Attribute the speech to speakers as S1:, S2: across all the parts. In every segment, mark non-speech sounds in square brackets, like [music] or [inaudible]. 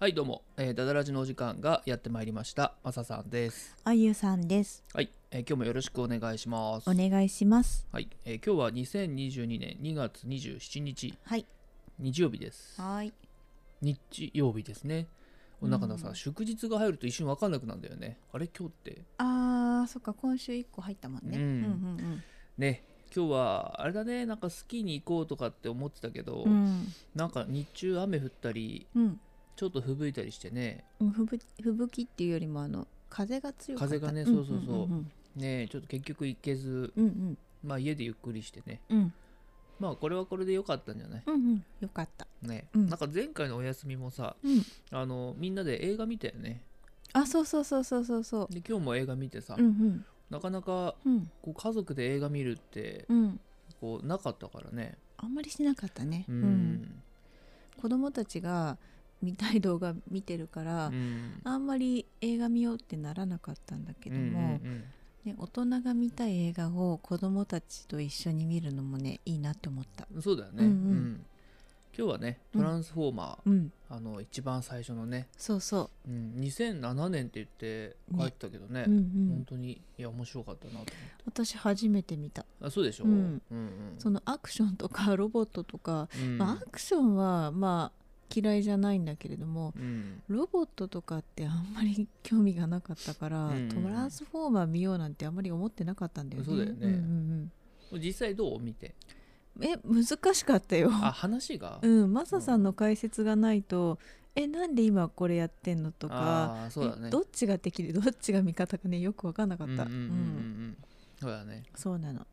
S1: はいどうも、えー、ダダラジのお時間がやってまいりましたマサさんです
S2: あゆさんです。
S1: はい、えー今日もよろしくお願いします
S2: お願いします。
S1: はい、えー今日は2022年2月27日
S2: はい。
S1: 日曜日です
S2: はい。
S1: 日曜日ですねおなんかな
S2: う
S1: さ
S2: ん
S1: 祝日が入ると一瞬わかんなくなるんだよねあれ今日って
S2: ああ、そっか、今週一個入ったもんね。
S1: うん
S2: うん
S1: ね今日はあれだねなんかスキーに行こうとかって思ってたけど、
S2: うんうん。
S1: なんか日中雨降ったり
S2: うん。
S1: ちょっと吹雪いたりしてね
S2: うん。ふぶ、吹雪っていうよりも、あの、風が強かった。
S1: 風がね
S2: ん
S1: そうそうそう
S2: うん
S1: ねちょっと結局行けず
S2: うん。うん
S1: まあ家でゆっくりしてね
S2: うん。うん。
S1: まあこれはこれで良かったんじゃない
S2: うんうん。よかった。
S1: ね、
S2: うん
S1: なんか前回のお休みもさ
S2: うん。
S1: あのみんなで映画見たよね
S2: あ、そうそうそうそうそうそう。
S1: で今日も映画見てさ、
S2: うんうん。
S1: なかなか
S2: うん。
S1: こう家族で映画見るって
S2: うん。
S1: こうなかったからね
S2: あんまりしなかったね。
S1: う
S2: うん
S1: ん
S2: 子供たちが見たい動画見てるか
S1: う
S2: ら。
S1: ん
S2: あんまり映画見ようってならなかったんだけども、
S1: うんうん
S2: ね、大人が見たい映画を子供たちと一緒に見るのもねいいなって思った
S1: うんそうだよね、う
S2: うんんうん
S1: 今日はね「
S2: うん
S1: トランスフォーマー
S2: うん」
S1: あの一番最初のね、
S2: そうそ
S1: うん、2007年って言って帰ったけどね
S2: う、うんう
S1: 本
S2: ん、
S1: 当にいや面白かったなと思って
S2: 私初めて見た
S1: あそうでしょ、
S2: うん
S1: うんうん
S2: そのアクションとかロボットとか、
S1: うん
S2: まあ、アクションはまあ嫌いじゃないんだけれども
S1: うん
S2: ロボットとかってあんまり興味がなかったから、
S1: うん
S2: トランスフォーマー見ようなんてあんまり思ってなかったんだよね。
S1: そうだよね
S2: んうん
S1: 実際どう見て
S2: うん、え難しかったよ。
S1: あ話が、
S2: うん、マサさんの解説がないと、えなんで今これやってんのとか
S1: あーそうだね
S2: えどっちが敵で [laughs] どっちが味方かねよく分かんなかった、
S1: うんうんうんうんうんそうだね
S2: うんそうなの、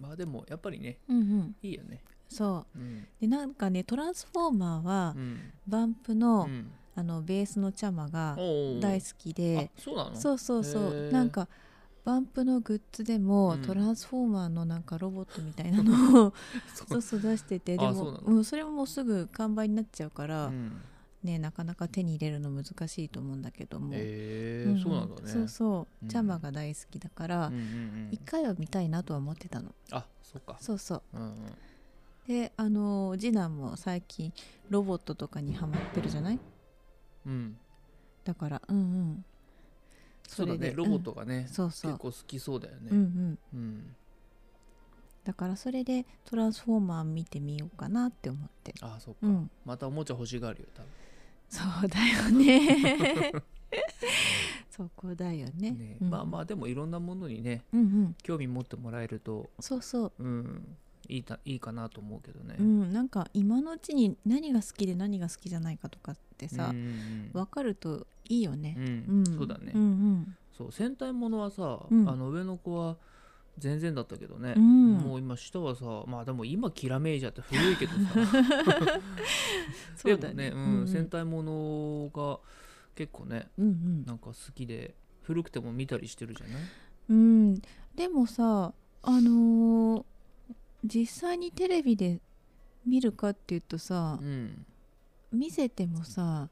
S1: まあでもやっぱりね
S2: うんうん、
S1: いいよね
S2: そう
S1: うん
S2: でなんかね「トランスフォーマーは」
S1: うん
S2: バンプ
S1: う
S2: の,、
S1: ん
S2: あのベースのチャマが大好
S1: き
S2: きで
S1: そうなの
S2: そうそうそ
S1: へー
S2: うなんかバンプのグッズで
S1: う
S2: も、
S1: ん
S2: トランスフォーマーのなんかロボットみたいなの
S1: [laughs]
S2: を
S1: そ
S2: そうそう出しててで
S1: あ
S2: も
S1: そうなの
S2: うん、それももうすぐ完売になっちゃうから、
S1: うん
S2: ね、なかなか手に入れるの難しいと思うんだけども、
S1: え
S2: うん
S1: ーそうなんだね
S2: そうそう、
S1: うん
S2: チャマが大好きだから
S1: うんうんうん
S2: 一、回は見たいなとは思ってたの
S1: あそうか
S2: そうそ
S1: う
S2: う
S1: んうん
S2: であの次男も最近ロボットとかにハマってるじゃない
S1: うん
S2: だからうんうん
S1: そ
S2: そう
S1: だ
S2: れ
S1: ね
S2: で
S1: ロボットがね
S2: うんそうそう
S1: 結構好きそうだよ
S2: うんう
S1: ね
S2: ん
S1: うん
S2: だからそれで「トランスフォーマー」見てみようかなって思って
S1: あそっか
S2: うん
S1: またおもちゃ欲しがるよ多
S2: そうだ
S1: [laughs]
S2: よねそこだよね
S1: 分ね
S2: うん、
S1: まあまあでもいろんなものにね
S2: うんうん
S1: 興味持ってもらえると
S2: そうそう
S1: うんいいたいいかなと思うけどね
S2: うんなんか今のうちに何が好きで何が好きじゃないかとかってさ、
S1: うんうんうん
S2: 分かるといいよ
S1: う
S2: ね、
S1: ん
S2: ん
S1: そうだね
S2: うんうん
S1: そう戦隊ものはさ、
S2: うん
S1: あの上の子は全然だったけどね、
S2: うん
S1: もう今下はさまあでも今きらめいじゃって古いけどさ
S2: [laughs] そ
S1: で
S2: う
S1: も
S2: だ
S1: ね、
S2: ね
S1: うん
S2: うんうん
S1: 戦隊ものが結構ね
S2: うんうん
S1: なんか好きで古くても見たりしてるじゃない
S2: うん、でもさあのー実際にテレビで見るかっていうとさ、
S1: うん
S2: 見せてもさ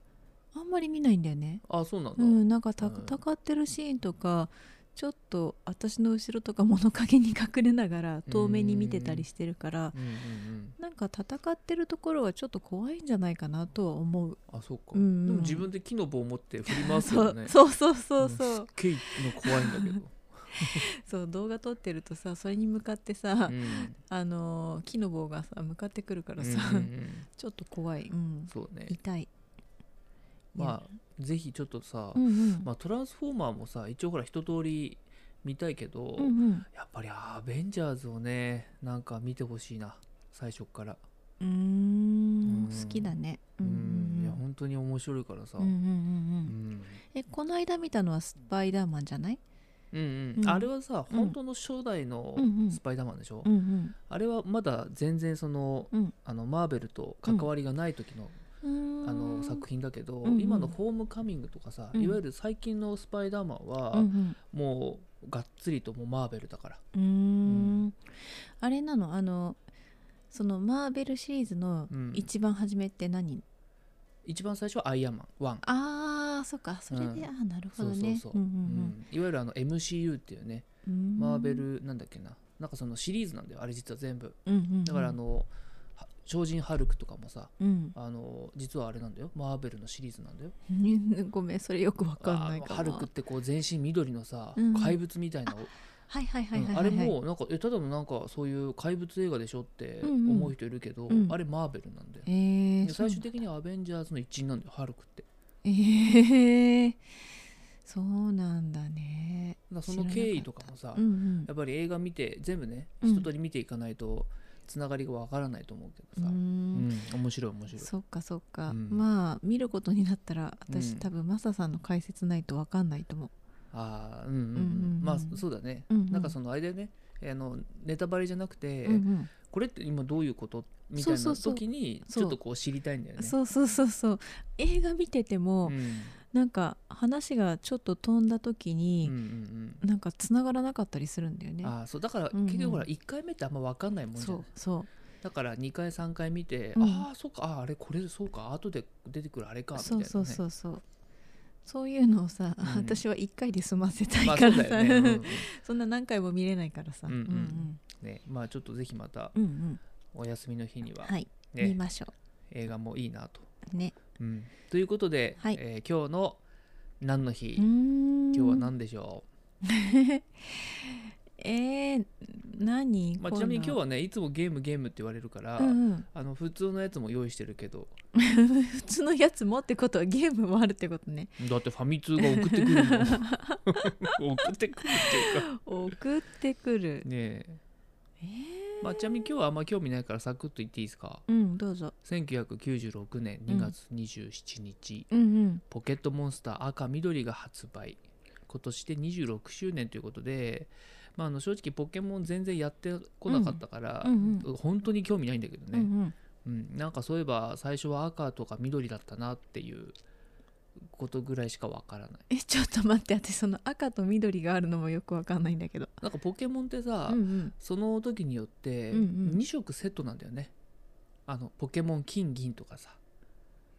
S2: あんまり見ないんだよね。
S1: あそうなんだ、
S2: うん、なんかた
S1: うん
S2: たかってるシーンとかちょっと私の後ろとか物陰に隠れながら遠目に見てたりしてるから
S1: うんうんうん
S2: なんか戦ってるところはちょっと怖いんじゃないかなとは思う。
S1: あそうか、
S2: うんうん
S1: でも自分で木の棒持って振り回す
S2: そ
S1: よ
S2: う
S1: ね
S2: そうそうそうそう、
S1: んすっげえの怖いんだけど、
S2: そう動画撮ってるとさそれに向かってさ、
S1: うん
S2: あのー木の棒がさ向かってくるからさ、
S1: うんうんうん
S2: [laughs] ちょっと怖い、うん、
S1: そうね
S2: 痛い
S1: まあぜひちょっとさ、
S2: うんうん、
S1: まあ、トランスフォーマーもさ一応ほら一通り見たいけど、
S2: うんうん
S1: やっぱりアベンジャーズをねなんか見てほしいな最初っから
S2: うーん
S1: うん
S2: 好きだねう
S1: うんんい
S2: うん
S1: や本当に面白いからさ、
S2: うんうんうんう
S1: うんん
S2: えこの間見たのはスパイダーマンじゃない
S1: うんうん
S2: うん
S1: あれはさ、
S2: うん
S1: 本当の初代の
S2: うんうん
S1: スパイダーマンでしょ、
S2: うんうん
S1: あれはまだ全然その,、
S2: うん
S1: あのマーベルと関わりがない時の,、
S2: うーん
S1: あの作品だけど、
S2: うんうん
S1: 今の「ホームカミング」とかさ、
S2: うん
S1: いわゆる最近のスパイダーマンは、
S2: うん
S1: もうがっつりともうマーベルだから。
S2: うんうーんあれなのあのそのマーベルシリーズの
S1: うん
S2: 一番初めって何、
S1: 一番最初はアイアンマンワン
S2: あーそっかそれで、
S1: うん
S2: あーなるほ
S1: そ
S2: ど
S1: うそう
S2: ね
S1: そう、
S2: うんうん
S1: うんいわゆるあの MCU っていうね
S2: うんうん
S1: マーベルなんだっけななんかそのシリーズなんだよあれ実は全部
S2: うんうんうん
S1: だからあの、は超人ハルクとかもさ
S2: うん、 [laughs]
S1: あの実はあれなんだよマーベルのシリーズなんだよ
S2: ごめんそれよくわかんない
S1: あ
S2: か
S1: の
S2: も
S1: ハルクってこう全身緑のさ、
S2: うん
S1: 怪物みたいな
S2: はいはいはいは
S1: う
S2: い、はい
S1: んあれもなんかえただのなんかそういう怪物映画でしょって
S2: うんうん
S1: 思う人いるけど、
S2: うん
S1: あれマーベルなんだよ、
S2: えー、
S1: で
S2: そう
S1: 最終的にはアベンジャーズの一員なんだよハルクって
S2: えー、そうなんだね
S1: だからその
S2: 知らなかった
S1: 経緯とかもさ
S2: うんうん
S1: やっぱり映画見て全部ね
S2: うん
S1: 一通り見ていかないとつながりがわからないと思うけ
S2: う
S1: どさ、うん
S2: ん
S1: 面白い面白い
S2: そっかそっか、
S1: うん
S2: まあ見ることになったら私、
S1: うん
S2: 多分マサさんの解説ないとわかんないと思う
S1: ああうんうんうん,、
S2: うんうん
S1: まあそうだね、
S2: うんうん
S1: なんかその間ねあのネタバレじゃなくて、
S2: うん
S1: これって今どういうことみたい
S2: そ
S1: な
S2: うそうそう
S1: 時に
S2: そ
S1: ち
S2: う
S1: ょっとこう知りたいんだよ
S2: うん、
S1: ね。
S2: そうそうそうそう映画見てても、
S1: うん
S2: なんか話がちょっと飛んだ時
S1: うん
S2: に
S1: う、ん
S2: なんか繋がらなかったりするんだよ
S1: う
S2: ね
S1: ん、あーそうだから
S2: うんうん
S1: 結局ほら1回目ってあんま分かんないもんじゃ
S2: そ
S1: ないう
S2: そ
S1: だから2回3回見て、
S2: うん
S1: ああそうかあーあれこれそうか後で出てくるあれか
S2: う
S1: みたい
S2: そ
S1: な、
S2: う
S1: ね、
S2: そうそうそうそういうのをさ、
S1: うん
S2: 私は1回で済ませたい
S1: まあ
S2: か
S1: そう
S2: らさ、
S1: だよね,、うんうん
S2: [laughs] そんな何回も見れないからさ
S1: うんうん
S2: うん
S1: ねまあちょっとぜひまた
S2: うんうん
S1: お休みの日に
S2: うん
S1: は、
S2: はい、見
S1: ね、
S2: ましょ
S1: 映画もいいなと。
S2: うね
S1: うん、ということで、
S2: はい
S1: えー今日の「何の日」
S2: 今
S1: 今日は何でしょ
S2: えー、何
S1: う、まあ、ちなみに今日
S2: は、
S1: はねいつもゲームゲームって言われるから、
S2: うんうん、 [laughs]
S1: あの普通のやつも用意してるけど
S2: 普通のやつもってことはゲームもあるってことね
S1: だってファミ通が送ってく [laughs] るもん送ってくるっていうか
S2: 送ってくる
S1: ねえ、
S2: えー、
S1: まあ、ちなみに今日はあんま興味ないからサクッと言っていいですか
S2: うんどうぞ
S1: 1996年2月27日、
S2: うんうん
S1: ポケットモンスター赤緑が発売今年で26周年ということで、まあ、あの正直ポケモン全然やってこなかったから、
S2: うんうん
S1: 本当に興味ないんだけど
S2: うんう
S1: ね、
S2: ん
S1: うんなんかそういえば最初は赤とか緑だったなっていうことぐらいしかわからない
S2: えちょっと待って私その赤と緑があるのもよくわかんないんだけど
S1: なんかポケモンってさ、
S2: うんうん
S1: その時によって
S2: うんうん
S1: 2色セットなんだよね、あのポケモン金銀とかさ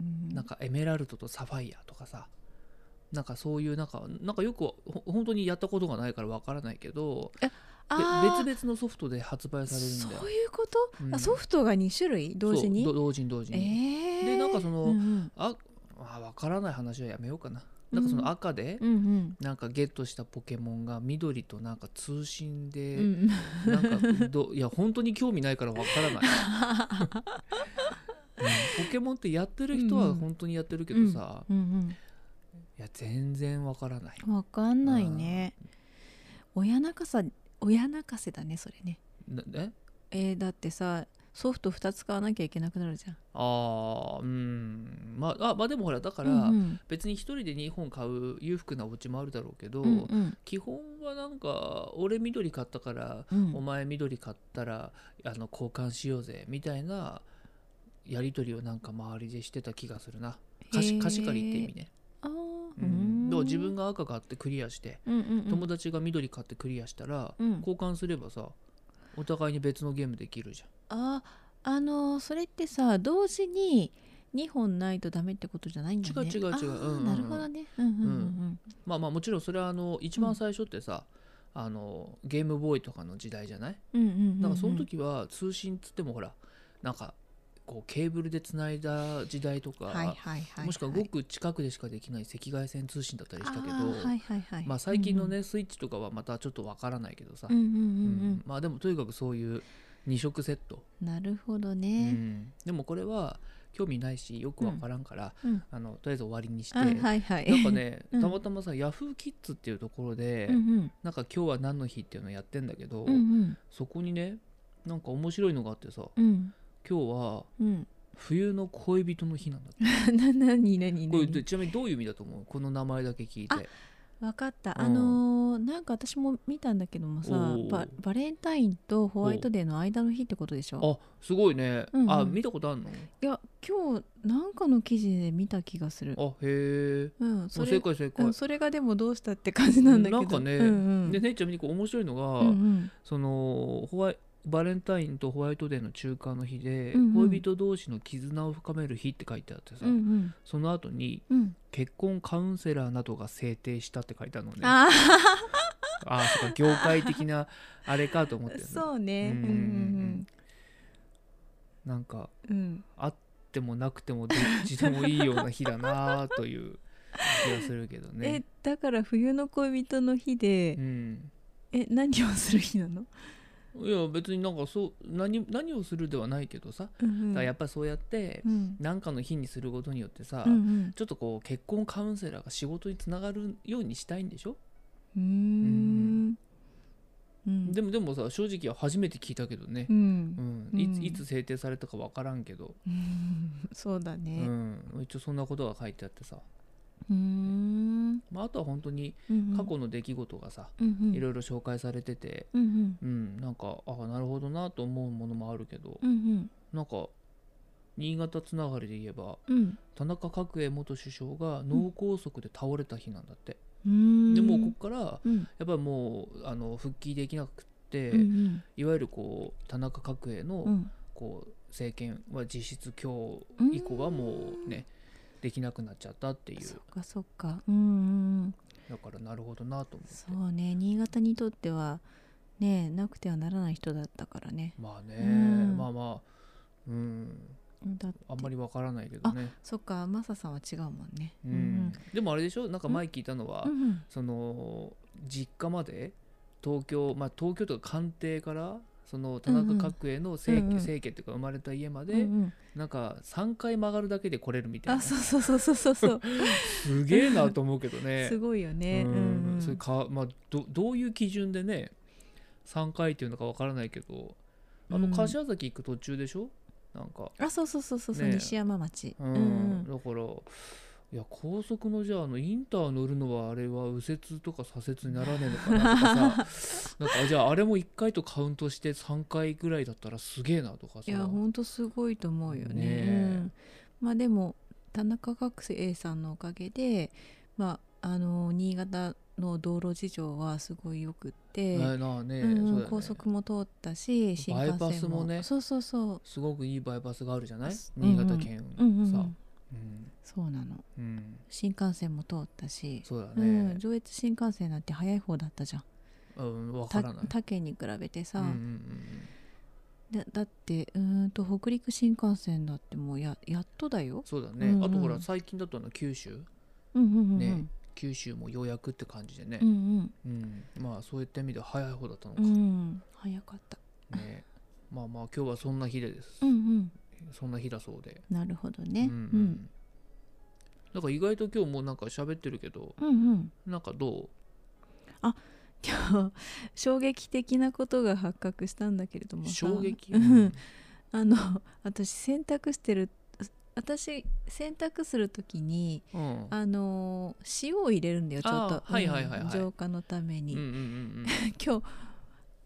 S2: うん
S1: なんかエメラルドとサファイアとかさなんかそういうなんかなんかよくほ本当にやったことがないからわからないけどべ
S2: あー
S1: 別々のソフトで発売されるんだよ
S2: そういうこと、
S1: うん
S2: あソフトが2種類同時に
S1: そうど同時に同時
S2: え
S1: に、
S2: ー、
S1: でなんかその
S2: うんうん
S1: ああわからない話はやめようかななんかその赤で
S2: うんうん
S1: なんかゲットしたポケモンが緑となんか通信
S2: う
S1: で
S2: ん
S1: なんかど [laughs] いや本当に興味ないからわからない、
S2: [laughs]
S1: うんポケモンってやってる人
S2: うん
S1: は
S2: うん
S1: 本当にやってるけどさ、
S2: うんうん
S1: いや全然わからない
S2: わかんないね。親泣かさ親泣かせだねそれね。
S1: なえ
S2: えーだってさソフト2つ買わなきゃいけなくなるじゃん。
S1: あーうんまああまあでもほらだから、
S2: うん
S1: 別に一人で2本買う裕福なお家もあるだろうけど、
S2: うんうん
S1: 基本はなんか俺緑買ったから、
S2: うん
S1: お前緑買ったらあの交換しようぜみたいなやり取りをなんか周りでしてた気がするな貸し貸し借りって意味ね、
S2: あー
S1: う
S2: うー
S1: ん、
S2: ん
S1: だから自分が赤買ってクリアして、
S2: うんうんうん
S1: 友達が緑買ってクリアしたら、
S2: うん
S1: 交換すればさお互いに別のゲームできるじゃん
S2: あーあのーそれってさ同時に2本ないとダメってことじゃないんだね。
S1: 違う違う違う
S2: あー
S1: うんうんうん
S2: なるほどね。うんうんうん
S1: まあまあもちろんそれはあの一番最初ってさ、あのゲームボーイとかの時代じゃない
S2: うんうんうんうん。
S1: だからその時は通信っつってもほらなんかこうケーブルでつないだ時代とか、
S2: はいはいはい
S1: もしくはごく近くでしかできない赤外線通信だったりしたけど、
S2: あーはいはいはい
S1: まあ、最近のね、。スイッチとかはまたちょっとわからないけどさ、
S2: うんうんうん
S1: うんまあでもとにかくそういう2色セット、
S2: うんうん。なるほど
S1: う
S2: ね。
S1: んでもこれは興味ないしよくわからんから、
S2: うん
S1: あのとりあえず終わりにして、
S2: あはいはい。
S1: なんかね、
S2: うん
S1: たまたまさヤフーキッズっていうところで、
S2: うんうん
S1: なんか今日は何の日っていうのやってんだけど、
S2: うんうん
S1: そこにねなんか面白いのがあってさ
S2: うん
S1: 今日は
S2: うん。 [laughs]
S1: 冬の恋人の日なんだって
S2: ななになに
S1: こ
S2: な
S1: れ
S2: に
S1: でちなみにどういう意味だと思うこの名前だけ聞いて
S2: あわかった、
S1: うん
S2: あのーなんか私も見たんだけどもさ
S1: おー
S2: ババレンタインとホワイトデーの間の日ってことでしょ
S1: あすごいね、
S2: うんうん
S1: あ見たことあるの
S2: いや今日なんかの記事で見た気がする
S1: あへえ
S2: うんそ
S1: 正
S2: れ,、
S1: 解正
S2: う
S1: 解、
S2: ん、それがでもどうしたって感じなんだけど
S1: なんかね、
S2: うんうん、
S1: でねちなみにこう面白いのが、
S2: うんうん
S1: そのホワイバレンタインとホワイトデーの中間の日で、
S2: うんうん
S1: 恋人同士の絆を深める日って書いてあってさ、
S2: うんうん
S1: その後に
S2: うん
S1: 結婚カウンセラーなどが制定したって書いてあるのね
S2: あ
S1: ああそうか業界的なあれかと思って
S2: あ
S1: る、ね、
S2: そうね
S1: う
S2: うんん
S1: うんうんなんか
S2: うん
S1: あってもなくてもどっちでもいいような日だなという気がするけど
S2: え
S1: ね。
S2: だから冬の恋人の日で
S1: う、ん、
S2: え何をする日なの、
S1: いや別になんかそう何何をするではないけどさ、
S2: うん
S1: だか
S2: う
S1: ら
S2: ん
S1: やっぱりそうやって
S2: うん
S1: 何かの日にすることによってさ、
S2: うん
S1: ちょっとこう結婚カウンセラーが仕事につながるようにしたいんでしょ、
S2: うんうーんうん
S1: でもでもさ正直初めて聞いたけどね
S2: う、
S1: うんん
S2: うん
S1: いついつ制定されたか分からんけど、
S2: うんそうだ
S1: う
S2: ね
S1: ん、一応そんなことが書いてあってさ、
S2: うーん
S1: まあ、あとは本当に過去の出来事がさ、い
S2: い
S1: ろいろ紹介されてて、
S2: うんうん
S1: うん、なんかああなるほどなと思うものもあるけど、
S2: うんうん
S1: なんか新潟つながりで言えば
S2: うん
S1: 田中角栄元首相が脳梗塞で倒れた日なんだって、
S2: うーん
S1: でもうここからや
S2: うん
S1: っぱりもうあの復帰できなくって、
S2: うん
S1: いわゆるこう田中角栄
S2: う
S1: の
S2: ん
S1: こう政権は実質今
S2: うん
S1: 日以降はもうねできなくなっちゃったっていう
S2: そっかそっかうんうんうん
S1: だからなるほどなと思って
S2: そうね新潟にとってはねなくてはならない人だったからね
S1: まあね、
S2: うん
S1: まあまあうん
S2: だ
S1: あんまりわからないけどね、
S2: そっかマサさんは違うもんね
S1: うんでもあれでしょなんか前聞いたのは、
S2: うんうん
S1: その実家まで東京まあ東京とか官邸からその田中角栄の生
S2: うんうん
S1: 家生家っていうか生まれた家まで、
S2: うんうん
S1: なんか3回曲がるだけで来れるみたい
S2: あ
S1: な
S2: そうそうそうそうそうそう
S1: すげえなと思うけど [laughs] ね
S2: [laughs] すごいよね
S1: う
S2: うんんうん
S1: それか、まあ、どどういう基準でね3回っていうのかわからないけどあ
S2: う
S1: の
S2: ん
S1: 柏崎行く途中でしょなんか、
S2: あそうそうそうそうそう
S1: ね
S2: 西山町
S1: うんだからいや高速のじゃああのインター乗るのはあれは右折とか左折にならねえのかなとか
S2: [laughs]
S1: さなんかじゃああれも1回とカウントして3回ぐらいだったらすげえなとかさ
S2: いやほんとすごいと思うよね
S1: ねえ
S2: うんまあでも田中学生さんのおかげでまああの新潟の道路事情はすごいよくって、
S1: えーなあね,、
S2: うん
S1: そうだ
S2: う
S1: よ
S2: ん
S1: ね
S2: 高速も通ったし新幹線も
S1: バイパスもね
S2: そうそうそう
S1: すごくいいバイパスがあるじゃない
S2: うんう
S1: 新
S2: ん
S1: 潟県さ、
S2: うんうんう
S1: さ
S2: ん
S1: うん
S2: そうなの
S1: うん
S2: 新幹線も通ったし、
S1: そうだ
S2: うん、
S1: ね、
S2: 上越新幹線なんて早い方だったじゃん
S1: うん、分か
S2: た
S1: らない
S2: 他県に比べてさ、
S1: うんうんうん、
S2: だだってうーんと北陸新幹線だってもうややっとだよ、
S1: そうだね、
S2: うんうん
S1: あとほら最近だとあの九州
S2: うんうんうんうん
S1: ね九州もようやくって感じでね
S2: う、ん
S1: うんまあそういった意味では早い方だったの
S2: う
S1: か、
S2: んうん早かった
S1: ねまあまあ今日はそんな日でです、
S2: うんうん
S1: そんな日だそうで、
S2: なるほどね
S1: う
S2: うんん
S1: なんか意外と今日もうなんか喋ってるけど
S2: うんうん
S1: なんかど
S2: 今日衝撃的なことが発覚したんだけれども
S1: う
S2: さ
S1: 衝撃、
S2: う
S1: うん
S2: んあの私洗濯してる私洗濯するときに
S1: うん
S2: [laughs] あのー塩を入れるんだよちょっと
S1: あ、ーはいはいはいはい
S2: うん浄化のため
S1: う
S2: に、
S1: んうんうん
S2: 今日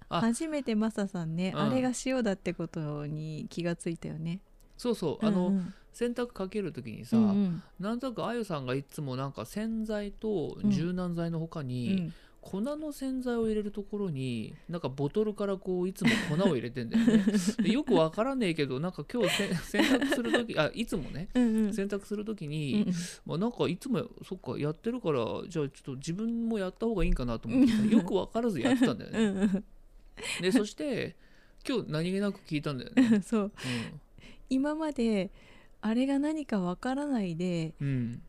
S1: あ
S2: 初めてマサさんね、
S1: うん
S2: あれが塩だってことに気がついたよね。
S1: そうそうあの、
S2: うんうん
S1: 洗濯かける時にさ、
S2: うんうん
S1: なんとなくあゆさんがいつもなんか洗剤と柔軟剤のほかに、
S2: うん
S1: 粉の洗剤を入れるところになんかボトルからこういつも粉を入れてんだよ
S2: [laughs]
S1: ねでよくわからねえけどなんか今日せ洗濯する時あいつもね
S2: うんうん
S1: 洗濯する時
S2: う
S1: に、
S2: ん
S1: まあ、なんかいつもそっかやってるからじゃあちょっと自分もやった方がいいんかなと思っ
S2: [laughs]
S1: てさよくわからずやってたんだよ
S2: う
S1: ね
S2: んうん
S1: でそして今日何気なく聞いたんだよ
S2: う
S1: ね
S2: んそう今まであれが何かわからないで
S1: うん、うん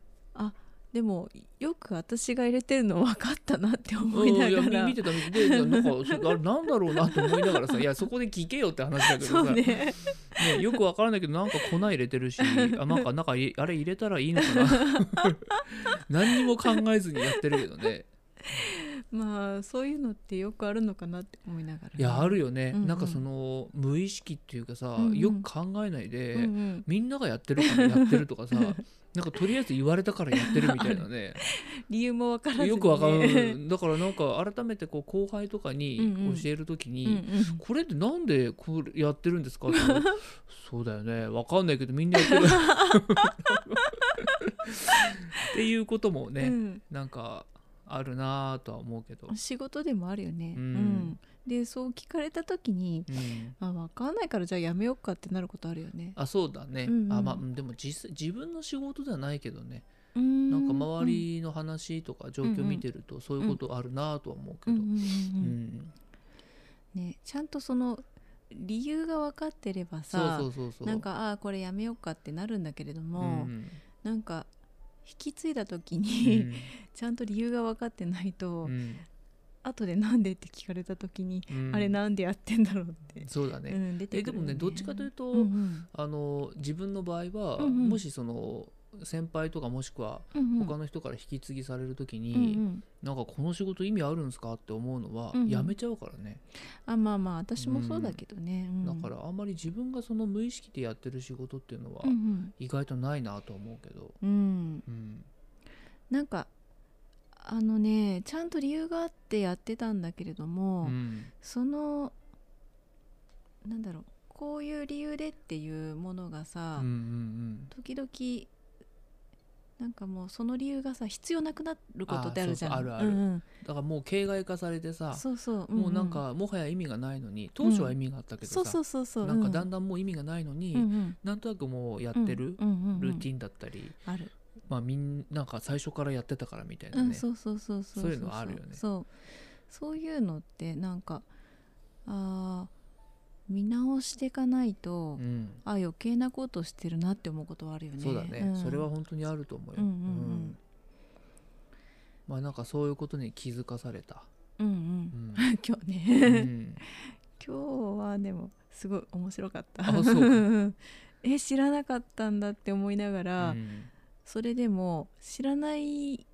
S2: でもよく私が入れてるの分かったなって
S1: う
S2: 思
S1: ん
S2: い
S1: い
S2: な
S1: や
S2: が
S1: み
S2: ら
S1: 見てた見ててでなんかそあれなんだろうなと思いながらさいやそこで聞けよって話だけど
S2: そ
S1: さ、
S2: うね
S1: ねよくわからないけどなんか粉入れて
S2: [laughs]
S1: るしあなんかなんかいあれ入れたらいいのかな何にも考えずにやってるけどね
S2: まあそういうのってよくあるのかなって思いながらね、
S1: いやあるよね、
S2: うんうん
S1: なんかその無意識っていうかさ、
S2: うんうん
S1: よく考えないで、
S2: うんうん
S1: みんながやってるからやってるとか
S2: [laughs]
S1: さなんかとりあえず言われたからやってるみたいなね
S2: 理由も分からずにね
S1: よくわかる、
S2: うん
S1: だからなんか改めてこう後輩とか
S2: うんう
S1: に
S2: ん
S1: 教えるときに、
S2: うん
S1: これってなんでこれやってるんです
S2: [laughs]
S1: かって言うのそうだよねわかんないけどみんなやってるっていうこともね、
S2: うん
S1: なんかあるなぁとは思うけど、
S2: 仕事でもあるよね、
S1: う
S2: うんんでそう聞かれた時に
S1: うん
S2: あ分かんないからじゃあやめようかってなることあるよね
S1: あそうだね、
S2: うんうん
S1: あまあうんでも実際自分の仕事ではないけどね、
S2: な
S1: なんか周りの話とか状況見てるとそういうことあるなぁとは思うけ
S2: うん
S1: ど、
S2: うんうんうん
S1: うん
S2: ね、ちゃんとその理由が分かってれば
S1: そう
S2: さ
S1: そうそうそう
S2: なんかああーこれやめようかってなるんだけれども、
S1: うん
S2: なんか引き継いだ時
S1: う
S2: に、
S1: ん
S2: [laughs] ちゃんと理由が分かってないと、
S1: うん
S2: 後でなんでって聞かれた時に、
S1: うん
S2: あれなんでやってんだろうって、
S1: そうだ
S2: う
S1: ね、
S2: ん、出て
S1: え
S2: く
S1: で
S2: る
S1: も
S2: よ
S1: ねどっちかというと、
S2: うんうん
S1: あの自分の場合は、
S2: うんうん
S1: もしその先輩とかもしくは
S2: うんうん
S1: 他の人から引き継ぎされる時に、
S2: うんうん
S1: なんかこの仕事意味あるんですかって思うのは、
S2: うんうん
S1: やめちゃうからね、
S2: あまあまあ私もそうだけどね、うん
S1: だからあんまり自分がその無意識でやってる仕事っていうのは
S2: うんうん
S1: 意外とないなと思うけど、
S2: うん
S1: うん
S2: なんかあのねちゃんと理由があってやってたんだけれども、
S1: うん
S2: そのなんだろうこういう理由でっていうものが
S1: うんう
S2: さ、
S1: ん
S2: 時々なんかもうその理由がさ必要なくなることってあるじゃん
S1: あそうそうあるある
S2: うんうん
S1: だからもう形骸化されてさ
S2: そうそう、
S1: もうなんかもはや意味がないのに当初は意味があったけどさ、
S2: そうそうそうそう
S1: なんかだ
S2: うん
S1: だんもう意味がないのに、
S2: んうん
S1: なんとなくもうや
S2: うん
S1: ってる
S2: うんうんうん
S1: ルーティンだったり、
S2: ある、
S1: まあみんなんか最初からやってたからみたいな
S2: う
S1: ね、
S2: んそうそうそうそう
S1: そういうのあるよね
S2: そうそういうのってなんかあー見直していかないと、
S1: うん
S2: あ余計なことしてるなって思うことはあるよね
S1: そうだね、
S2: ん
S1: それは本当にあると思うよ、
S2: うんうんうん
S1: うんまあなんかそういうことに気づかされた、
S2: うんう
S1: うんん
S2: [laughs] 今日
S1: う
S2: ね、
S1: ん
S2: 今日はでもすごい面白かった
S1: あそう
S2: [laughs] え知らなかったんだって思いながら、
S1: うん
S2: それでも知らない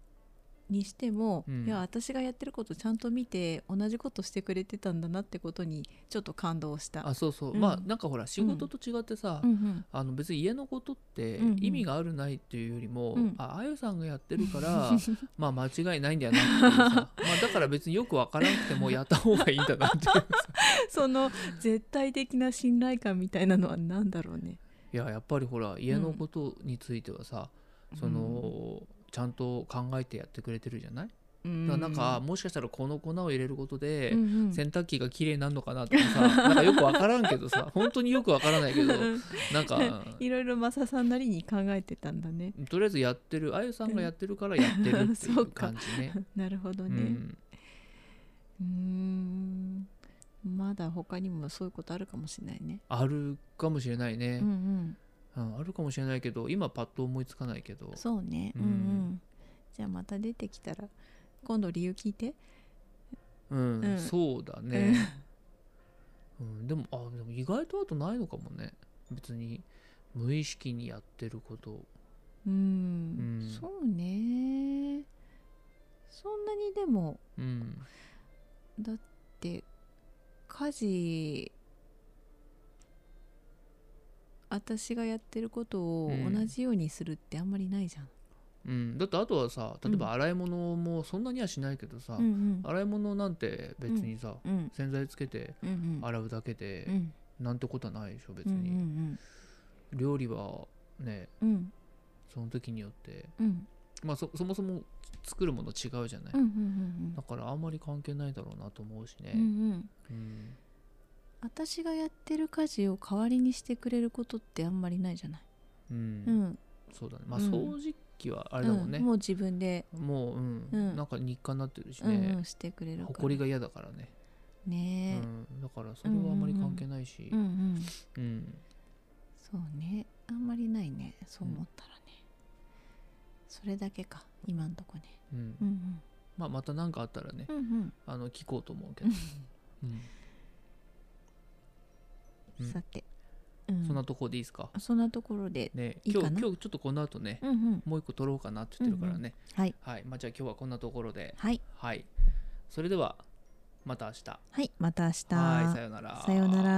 S2: にしても、
S1: うん
S2: いや私がやってることちゃんと見て同じことしてくれてたんだなってことにちょっと感動した。
S1: あそうそう、
S2: うん
S1: まあなんかほら仕事と違ってさ、
S2: うんうん [laughs]
S1: あの別に家のことって
S2: うんうん
S1: 意味があるないっていうよりも、
S2: うん
S1: ああゆさんがやってるから
S2: [laughs]
S1: まあ間違いないんだよなっていうさ、まあ、だから別によくわからなくてもやった方がいいんだなっていう
S2: [laughs]
S1: さ
S2: その絶対的な信頼感みたいなのは何だろうね。
S1: いややっぱりほら家のことについてはさ、そのちゃんと考えてやってくれてるじゃない、
S2: うん、
S1: だからなんかもしかしたらこの粉を入れることで、
S2: うんうん
S1: 洗濯機が綺麗になるのかなとかさなんかよくわからんけど
S2: [laughs]
S1: さ本当によくわからないけどなんか
S2: いろいろマサさんなりに考えてたんだね。
S1: とりあえずやってるあゆさんがやってるからやってるってい
S2: [laughs] そううか
S1: 感じね。
S2: なるほど
S1: う
S2: ね。
S1: ん
S2: うーんまだ他にもそういうことあるかもしれないね。
S1: あるかもしれないね
S2: うん、うん
S1: うんあるかもしれないけど今パッと思いつかないけど
S2: そうね、
S1: う
S2: うんん、うんじゃあまた出てきたら今度理由聞いて。
S1: うん、
S2: うん
S1: そうだね、うん、でもあでも意外とあとないのかもね別に無意識にやってること
S2: うん、
S1: うん
S2: そうね。そんなにでも
S1: うん
S2: だって家事私がやってることを
S1: うん
S2: 同じようにするってあんまりないじゃん。
S1: うん、だってあとはさ例え
S2: うん
S1: ば洗い物もそんなにはしないけどさ、
S2: うん
S1: 洗い物なんて別にさ、
S2: うんうん
S1: 洗剤つけて
S2: うんうん
S1: 洗うだけで
S2: うん
S1: なんてことはないでしょ別
S2: うんう
S1: に、
S2: ん
S1: 料理はね
S2: うん
S1: その時によって
S2: うん
S1: まあそそもそも作るもの違うじゃない、
S2: うんうんうん
S1: だからあんまり関係ないだろうなと思うしね
S2: うんう、ん
S1: うん
S2: 私がやってる家事を代わりにしてくれることってあんまりないじゃない。
S1: うん
S2: うん、
S1: そうだねまあ
S2: うん
S1: 掃除機はあれだもんね、
S2: うんもう自分で、
S1: もう、うん
S2: うん
S1: なんか日課になってるし
S2: うんう
S1: ね、
S2: んしてくれるから
S1: 埃が嫌だからね、う
S2: ね
S1: ん、だからそれはあんまり関係ないし
S2: え、うんうん
S1: うん
S2: そうねあんまりないねそう思ったらね、それだけか今んとこね
S1: うん
S2: うん
S1: まあ、また何かあったらね
S2: うんうん
S1: あの聞こうと思うけど、うんう
S2: う
S1: んん
S2: さて、うん、
S1: そんなとこでいいですか
S2: そんなところで
S1: ね
S2: いい
S1: 今
S2: か
S1: 日
S2: な
S1: 今日ちょっとこの後ね、
S2: うんうん
S1: もう一個撮ろうかなって言ってるからね、
S2: はい
S1: はい、まあ、じゃあ今日はこんなところで
S2: はい
S1: はいそれではまた明日
S2: はいまた明日
S1: はいさようなら
S2: さようなら